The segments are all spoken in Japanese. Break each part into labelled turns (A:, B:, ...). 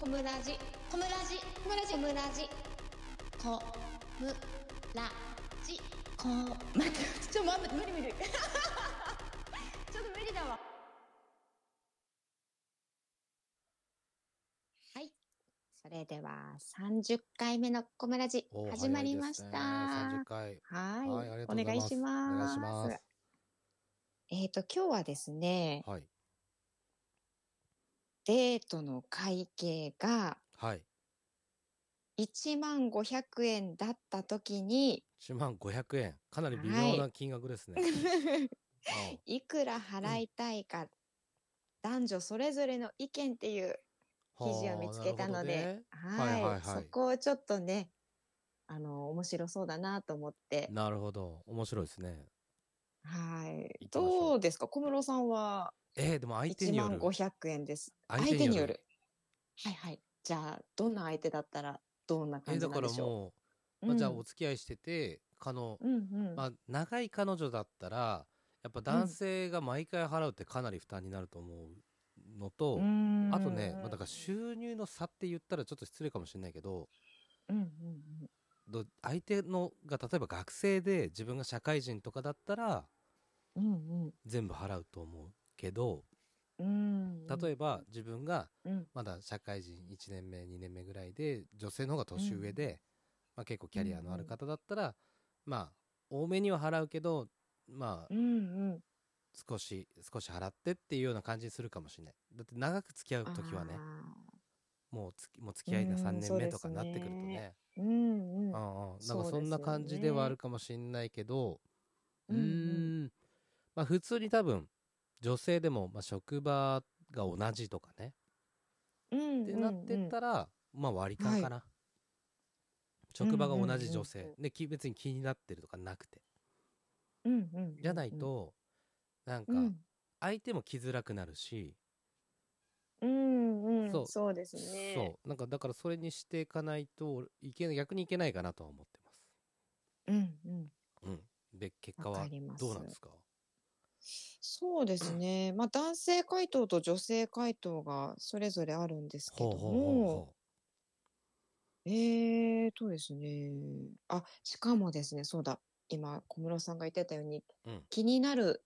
A: コムラジコムラジコムラジコムラジコムラジコ待ってちょっと待って無理無理 ちょっと無理だわはいそれでは30回目のコムラジ
B: おー
A: 始まりました、
B: 早いですね30回。
A: はい
B: はいありがとうご
A: お
B: ざい
A: 願い
B: ます
A: します
B: お願いします
A: えっ、と今日はですね
B: はい。
A: デートの会計が
B: はい。
A: 1万500円だった時 に
B: 1万500円。かなり微妙な金 額ですね。うん
A: いくら払いたいか、男女それぞれの意見っていう記事を見つけたので、はい
B: はいはいはい
A: そこをちょっとねあの面白そうだなと思って
B: なるほどねなるほど。面白いですね。
A: はい
B: 行きましょう
A: どうですか小室さんは
B: えー、でも相手
A: 1
B: によ
A: 万
B: る。
A: 500円です相手によ。るはいはいじゃあどんな相手だったらどんな
B: え
A: 感
B: ー
A: じ
B: だ
A: な
B: か
A: んで
B: ら
A: しょ
B: も
A: う、
B: う、まあじゃあ
A: うん
B: お付き合いしてて、可能。
A: うんうん
B: まあ、長い彼女だったら、やっぱ男性が毎回払うってかなり負担になると思うのと、あとね、まあ、だから収入の差って言ったらちょっと失礼かもしれないけど、
A: ら、うんうんうん、
B: ど相手のが例えば学生で自分が社会人とかだったら
A: うん
B: 全部払うと思うけど
A: うん、
B: 例えば自分が
A: うん、
B: まだ社会人1年目2年目ぐらいで女性の方が年上で、まあ、結構キャリアのある方だったら、まあ多めには払うけどまあ
A: うんうん、
B: 少し少し払ってっていうような感じにするかもしれないだって長く付き合う時はね
A: あ
B: もうつもう付き合い
A: う
B: が
A: ん
B: 3年目と
A: そ
B: か
A: う
B: に
A: で
B: な
A: す
B: っ
A: ね
B: てくるとね
A: ー、うんうん、
B: う
A: あ
B: んうん、な
A: そ
B: ん
A: う
B: か
A: です
B: そ
A: よね
B: んな感じではあるかもしれないけどう,、
A: うんうん
B: んまあ普通に多分女性でも、まあ、職場が同じとかね、
A: うん、
B: ってなってったら、まあ割り勘かな、職場が同じ女性、
A: うんうんうん
B: でき別に気になってるとかなくて
A: うんうんうんうん、
B: じゃないと、なんか
A: うん、
B: 相手も来づらくなるし、
A: うんうん、
B: そ
A: そううですね。
B: そうなんかだからそれにしていかないといけ逆にいけないかなとは思ってます。
A: うんうん、
B: うん、で結果
A: わ
B: は
A: かります
B: どうなんですか
A: そうです ね。まあ男性回答と女性回答がそれぞれあるんですけど
B: ほう
A: も、
B: ほうほうほう
A: えーとですね。あ、しかもですね、そうだ。今小室さんが言ってたように、
B: うん
A: 気になる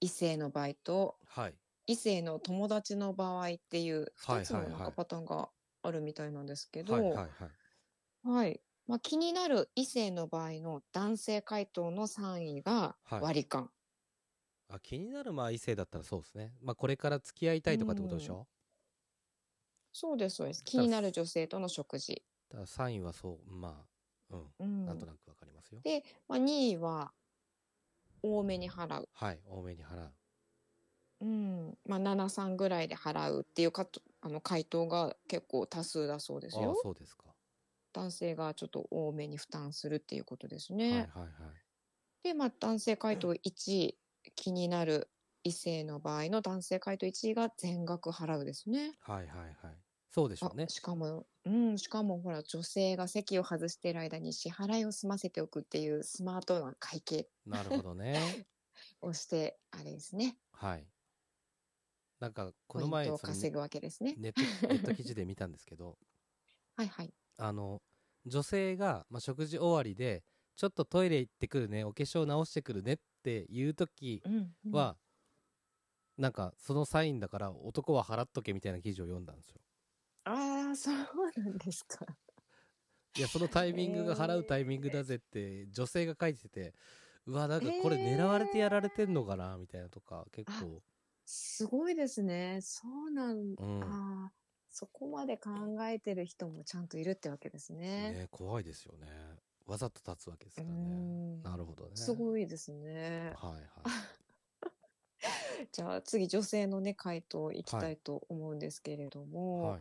A: 異性の場合と
B: はい。
A: 異性の友達の場合っていう
B: はい
A: 2つの
B: はい
A: な
B: は
A: ん
B: い
A: かパターンがあるみたいなんですけど、
B: はいはいはい。
A: はい。まあ、気になる異性の場合の男性回答の3位が
B: はい
A: 割り勘。
B: あ気になるまあ異性だったらそうですね。まあこれから付き合いたいとかってことでしょ、
A: そうです、そうです。気になる女性との食事。
B: だからサインはそう、まあ、う
A: う
B: ん、
A: ん。
B: なんとなくわかりますよ。
A: で、まあ、2位は多めに払う。
B: はい、多めに払う。
A: うん。まあ、7、3ぐらいで払うっていうかとあの回答が結構多数だそうです
B: ああ
A: よ。
B: そうですか。
A: 男性がちょっと多めに負担するっていうことです
B: はい
A: ね。
B: はいはい。
A: で、まあ、男性回答1位、気になる異性の場合の男性回答1位が全額払うですね。
B: はいはいはい。そうでしょ
A: あ
B: うね。
A: しかも、うん、しかもほら、女性が席を外している間に支払いを済ませておくっていうスマートな会計
B: なるほ どね。
A: をして、あれですね、
B: はい。なんか、
A: ポイ
B: この
A: ン
B: 前、
A: トを
B: その
A: 稼ぐわけですね。
B: ネット、ネット記事で見たんですけど、
A: はいはい。
B: あの、女性が、まあ、食事終わりで、ちょっとトイレ行ってくるね、お化粧直してくるねっていうとき
A: うん、うん、
B: は、なんか、そのサインだから、男は払っとけみたいな記事を読んだんですよ。
A: ああ、そうなんですか。
B: いや、そのタイミングが払うタイミングだぜって、女性が書いてて、うわ、なんかこれ狙われてやられてんのかな、みたいなとか、結構、
A: すごいですね。そうなん、
B: うん
A: ああ、そこまで考えてる人もちゃんといるってわけですね。
B: ね、怖いですよね。わざと立つわけですから
A: う
B: ね。
A: ん
B: なるほどね。
A: す
B: い。
A: ごいですね。
B: はいはい。
A: じゃあ次女性のね回答いき
B: は
A: た
B: い
A: いと思うんですけれども、
B: はい。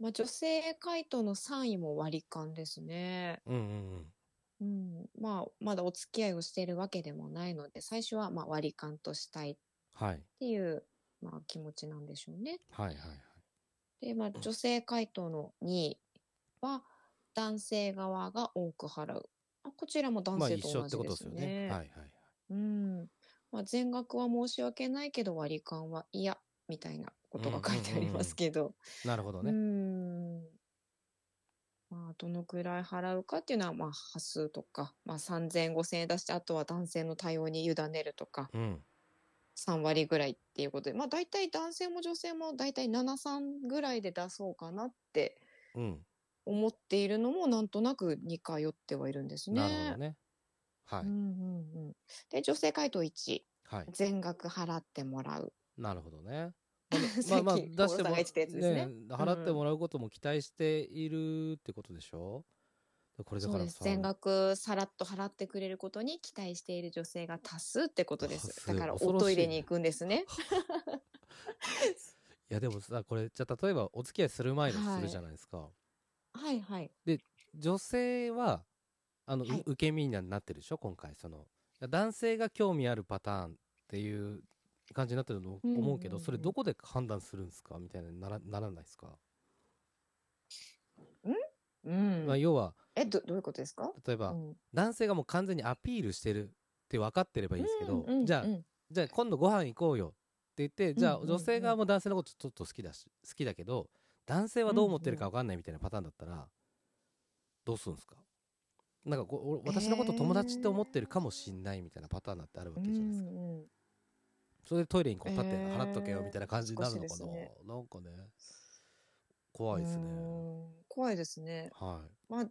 A: まあ、女性回答の3位も割り勘ですね。
B: うんうん
A: うん、まあまだお付き合いをしているわけでもないので最初はまあ割り勘としたいっ
B: うん。はい。
A: ていう、まあ、気持ちなんでしょうね。
B: はいはいはい。
A: で、まあ、女性回答の2位は男性側が多く払う。あこちらも男
B: まあ
A: 性
B: 一
A: と
B: 緒
A: 同
B: って
A: じ
B: こ
A: で
B: とですすよね。
A: ね。
B: はいはい。
A: うんまあ、全額は申し訳ないけど割り勘は嫌みたいなことが書いてありますけど。
B: なるほど
A: う
B: ね。
A: ん。まあ、どのくらい払うかっていうのは、まあ、端数とか、まあ、3000円、5000円出して、あとは男性の対応に委ねるとか、
B: うん。
A: 3割ぐらいっていうことで、まあ、大体男性も女性も大体7、3ぐらいで出そうかなって
B: うん。
A: 思っているのも、なんとなく似通ってはいるんですね。
B: なるほどね。は
A: うん
B: い。
A: うんうん。で、女性回答1、
B: はい。
A: 全額払ってもらう。
B: なるほどね。
A: さっき、小室さんが言ってたやつですね。
B: 払ってもらうことも期待しているってことでしょこれだ
A: そ
B: か
A: う
B: ら
A: です。全額さらっと払ってくれることに期待している女性が多数ってことで
B: 多
A: す。
B: 数
A: だから
B: 恐
A: お
B: ろしいね
A: トイレに行くんですね。
B: いやでもさこれじゃあ例えばお付き合いする前にするじゃないですか、
A: はいはい。
B: 女性はあの、う
A: はい
B: 受け身になってるでしょ今回その男性が興味あるパターンっていう感じになってると思うけど、
A: うんうんうん
B: それどこで判断するんですかみたいなならならないですか、
A: うん。
B: まあ、要は
A: え、どどういうことですか
B: 例えば、
A: うん
B: 男性がもう完全にアピールしてるって分かってればいいですけど、
A: うんうん
B: じゃあ、
A: うん
B: じゃあ今度ご飯行こうよって言ってじゃあ
A: うんうんうん
B: 女性側も男性のことちょっと好きだし好きだけど男性はどう思ってるか分かんないみたいなパターンだったらどうするんですかなんかこう俺私のこと友達って思ってるかもしんないみたいなパターンだってあるわ
A: う
B: け
A: ん
B: じゃないですか、
A: うん
B: それでトイレにこう立って
A: えー
B: 払っとけよみたいな感じになるのか
A: 少し
B: な、
A: ですね
B: なんかね怖いですね
A: うん怖いですね。
B: は
A: まあ、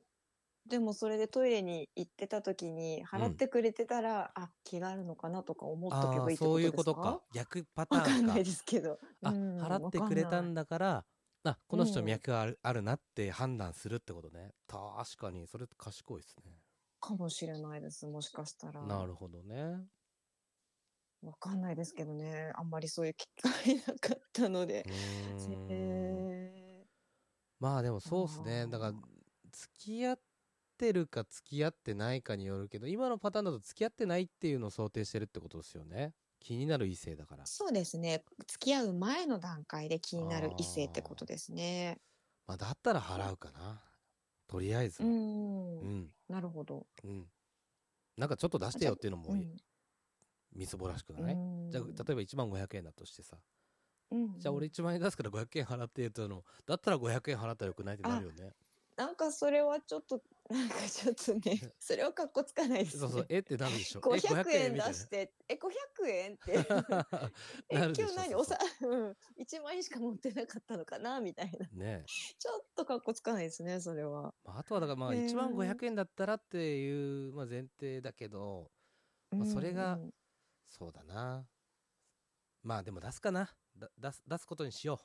A: でもそれでトイレに行ってた時に払ってくれてたら、あ、気があるのかなとか思
B: い
A: っとけ
B: あ
A: ばい
B: あ
A: いってこ
B: そう
A: と
B: い
A: です
B: う
A: か
B: ことか逆パタ
A: わか
B: ー
A: ん
B: ン
A: な
B: か
A: いですけど。
B: あ、
A: うん
B: 払ってくれたんだから、あ、この人
A: うん
B: 脈がある,、あるなって判断するってことね。確かに、それ賢いですね。
A: かもしれないです。もしかしたら。
B: なるほどね。
A: わかんないですけどね。あんまりそういう機会 なかったので
B: う。ーん
A: へ
B: まあでもそうです
A: あ
B: ね。
A: ー
B: だから、付き合ってるか付き合ってないかによるけど、今のパターンだと付き合ってないっていうのを想定してるってことですよね。気になる異性だから
A: ー。そうですね。付き合う前の段階で気になる異性ってことですね。
B: まあだったら払うかな。とりあえず
A: う
B: は。
A: ん
B: う。ん。
A: なるほど。
B: うん。なんかちょっと出してよっていうのも
A: うん
B: みすぼらしくない、じゃあ、例えば1万500円だとしてさ。
A: うん
B: じゃあ俺1万円出すから500円払って言うとのだったら500円払ったらよくないってなるよね。
A: なんかそれはちょっと、なんかちょっとね、 それはかっこつかないですね。
B: そうそうえってなるでしょ。え
A: 500円出
B: みたいな
A: して、え、500円って。え、 今
B: なる
A: 日
B: でしょ
A: 何おさ、 うん、1万円しか持ってなかったのかなみたいな。
B: ねえ、
A: ちょっとかっこつかないですね、それは。
B: まあ、あとはだからまあ
A: ねえ
B: 1万500円だったらっていう、まあ、前提だけどまあそれが
A: うんうん
B: そうだなまあでも出すかなだ出す出すことにしよ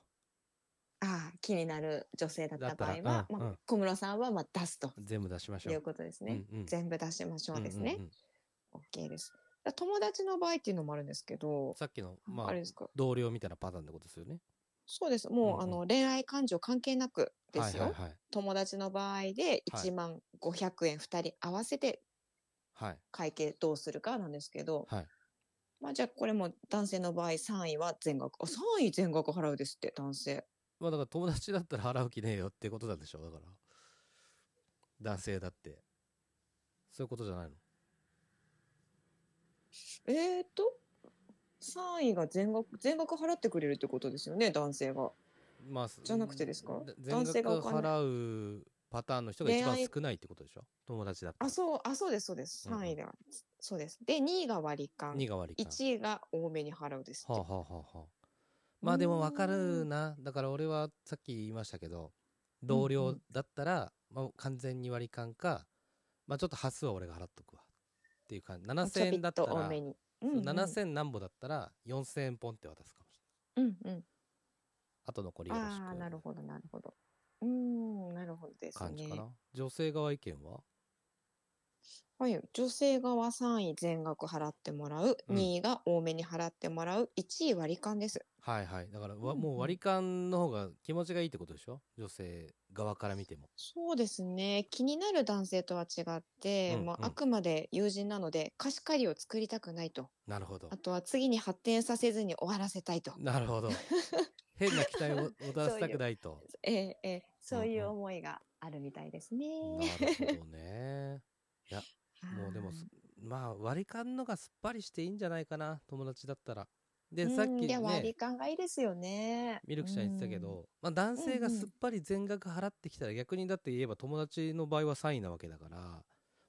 A: ああ気になる女性だった場合
B: だったら
A: は、
B: うん
A: ま
B: う
A: あ
B: ん、
A: 小室さんはまあ出すと
B: う全部出しましょう。
A: いうことですね。
B: うんうん
A: 全部出しましょうですね。
B: うんうんうん
A: OK です。友達の場合っていうのもあるんですけど、
B: さっきの、ま
A: あ
B: あ
A: れ、ですか
B: 同僚みたいなパターンってことですよね。
A: そうです。
B: う
A: もう、
B: んうん
A: あの恋愛感情関係なくですよ。
B: はいはいはい。
A: 友達の場合で1万500円2人合わせて
B: はい
A: 会計どうするかなんですけど、
B: はい
A: まあじゃあこれも男性の場合3位は全額。あ、3位全額払うですって男性。
B: まあだから友達だったら払う気ねえよってことなんでしょだから。男性だって。そういうことじゃないの
A: えーと、3位が全額、全額払ってくれるってことですよね、男性が。
B: まあ、す
A: じゃなくてですか
B: だ全
A: 男性がお
B: 額
A: 金
B: 払うパターンの人が一番
A: 恋愛
B: 少ないってことでしょ友達だった
A: あ、
B: ら。
A: そう、あ、そうです、そうです。
B: うんうん
A: 3位では、そうです。で、2位が割り勘。
B: 2が割り勘。
A: 1位が多めに払うですって。
B: はあ、はあはあはあ、まあでもわかるな。だから俺はさっき言いましたけど、同
A: うんう
B: 僚
A: ん
B: だったら、まあ完全に割り勘か、まあちょっと端数は俺が払っとくわ。っていう感じ。
A: ちょ
B: 7000
A: び
B: 円だった
A: と
B: ら、
A: 多めに。うんうん
B: 7000何ぼだったら4000円ポンって渡すかもしれない。
A: うんうん。
B: あと残りよろしく。
A: ああ、なるほど、なるほど。うーん、なるほどです
B: 感じか
A: ね
B: な。。女性側意見は
A: はい。女性側3位全額払ってもらう。
B: うん
A: 2位が多めに払ってもらう。1位割り勘です。
B: はいはい。だから
A: うんう
B: わ、
A: ん
B: もう割り勘の方が気持ちがいいってことでしょ女性側から見ても。
A: そうですね。気になる男性とは違って、
B: うん
A: ま
B: うん
A: あ、あくまで友人なので、貸し借りを作りたくないと。
B: なるほど
A: あ。とは次に発展させずに終わらせたいと。
B: なるほ ど。変な期待を持たせたくないと。
A: ええええ、そうい
B: ん
A: う
B: う
A: ん思いがあるみたいですね。
B: なるほど ね。もうでも
A: はい
B: す、まあ割り勘のがすっぱりしていいんじゃないかな。友達だったら。でさっ
A: うん
B: き
A: いや割
B: ね
A: り勘がいいですよね。
B: ミルクちゃん言ってたけど、まあ、男性がすっぱり全額払ってきたら逆にだって言えば友達の場合は3位なわけだから、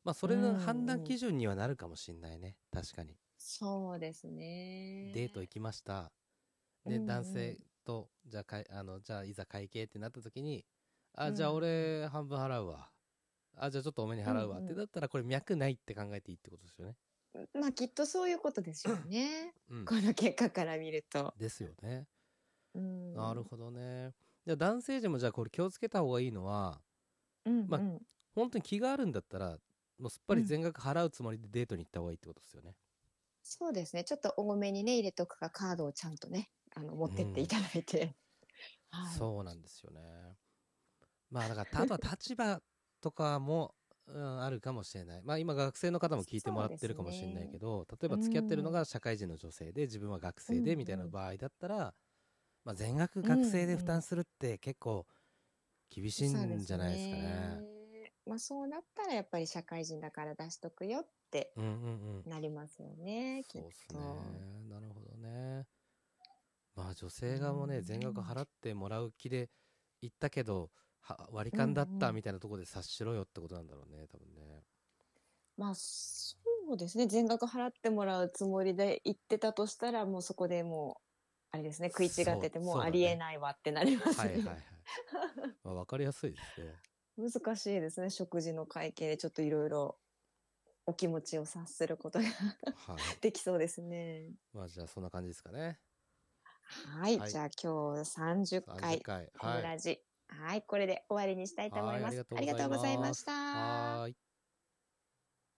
B: まあ、それの判断基準にはなるかもしんないね確かに
A: そうですね。
B: デート行きましたで
A: うんうん
B: 男性とじゃあかいあのじゃあいざ会計ってなった時にあじゃあ
A: うんうん
B: 俺半分払うわあじゃあちょっと多めに払うわ
A: う
B: っ
A: んうん
B: てだったらこれ脈ないって考えていいってことですよね、
A: まあきっとそういうことでしょうね。
B: うん
A: こ、の結果から見ると。
B: ですよね
A: うん、
B: なるほどねじゃあ男性陣もじゃあこれ気をつけた方がいいのは
A: ど。うん、
B: まあ
A: うん
B: 本当に気があるんだったらもうすっぱ
A: う
B: り
A: ん
B: 全額払うつもりでデートに行った方がいいってことですよね。
A: そうですね。ちょっと多めにね、入れとくか、カードをちゃんとね、あの、持ってっていただいて。 はい
B: そうなんですよね。まあだからあとは立場とかも、うん、あるかもしれない。まあ今学生の方も聞いてもらってるかもしれないけど、例えば付き合ってるのが社会人の女性で自分は学生
A: うんう
B: で
A: ん
B: みたいな場合だったら、まあ、全額学生で負担するって結構厳しい
A: そうで
B: んじゃないですかね。
A: まあ、そうなったら、やっぱり社会人だから出しとくよって
B: うんうんうん。
A: なりますよね。き
B: そう
A: っ
B: です
A: と。
B: ね。なるほどね。まあ女性側もね、
A: うん
B: 全額払ってもらう気で行ったけど、は割り勘だっ
A: うんう
B: た
A: ん
B: みたいなところで察しろよってことなんだろうね、多分 ね。
A: まあ、そうですね。全額払ってもらうつもりで行ってたとしたら、もうそこでもう。あれですね。食い違ってて、
B: そう
A: も
B: そ
A: う
B: うだね
A: ありえないわってなります
B: はいはいは
A: ね
B: い。。まあわかりやすいですね。
A: 難しいですね。食事の会計で、ちょっといろいろ。お気持ちを察することが
B: はい。
A: できそうですね。
B: まあじゃあそんな感じですかね。
A: はい、
B: はい
A: じゃあ今日30
B: 30
A: 回
B: 回。
A: コム
B: は
A: ラ
B: い。
A: ジ、はい、これで終わりにしたいと思います。
B: はいあ
A: あ
B: り
A: り
B: が
A: が
B: と
A: とう
B: うご
A: ご
B: ざ
A: ざ
B: い
A: い
B: ま
A: ますした。
B: はーい。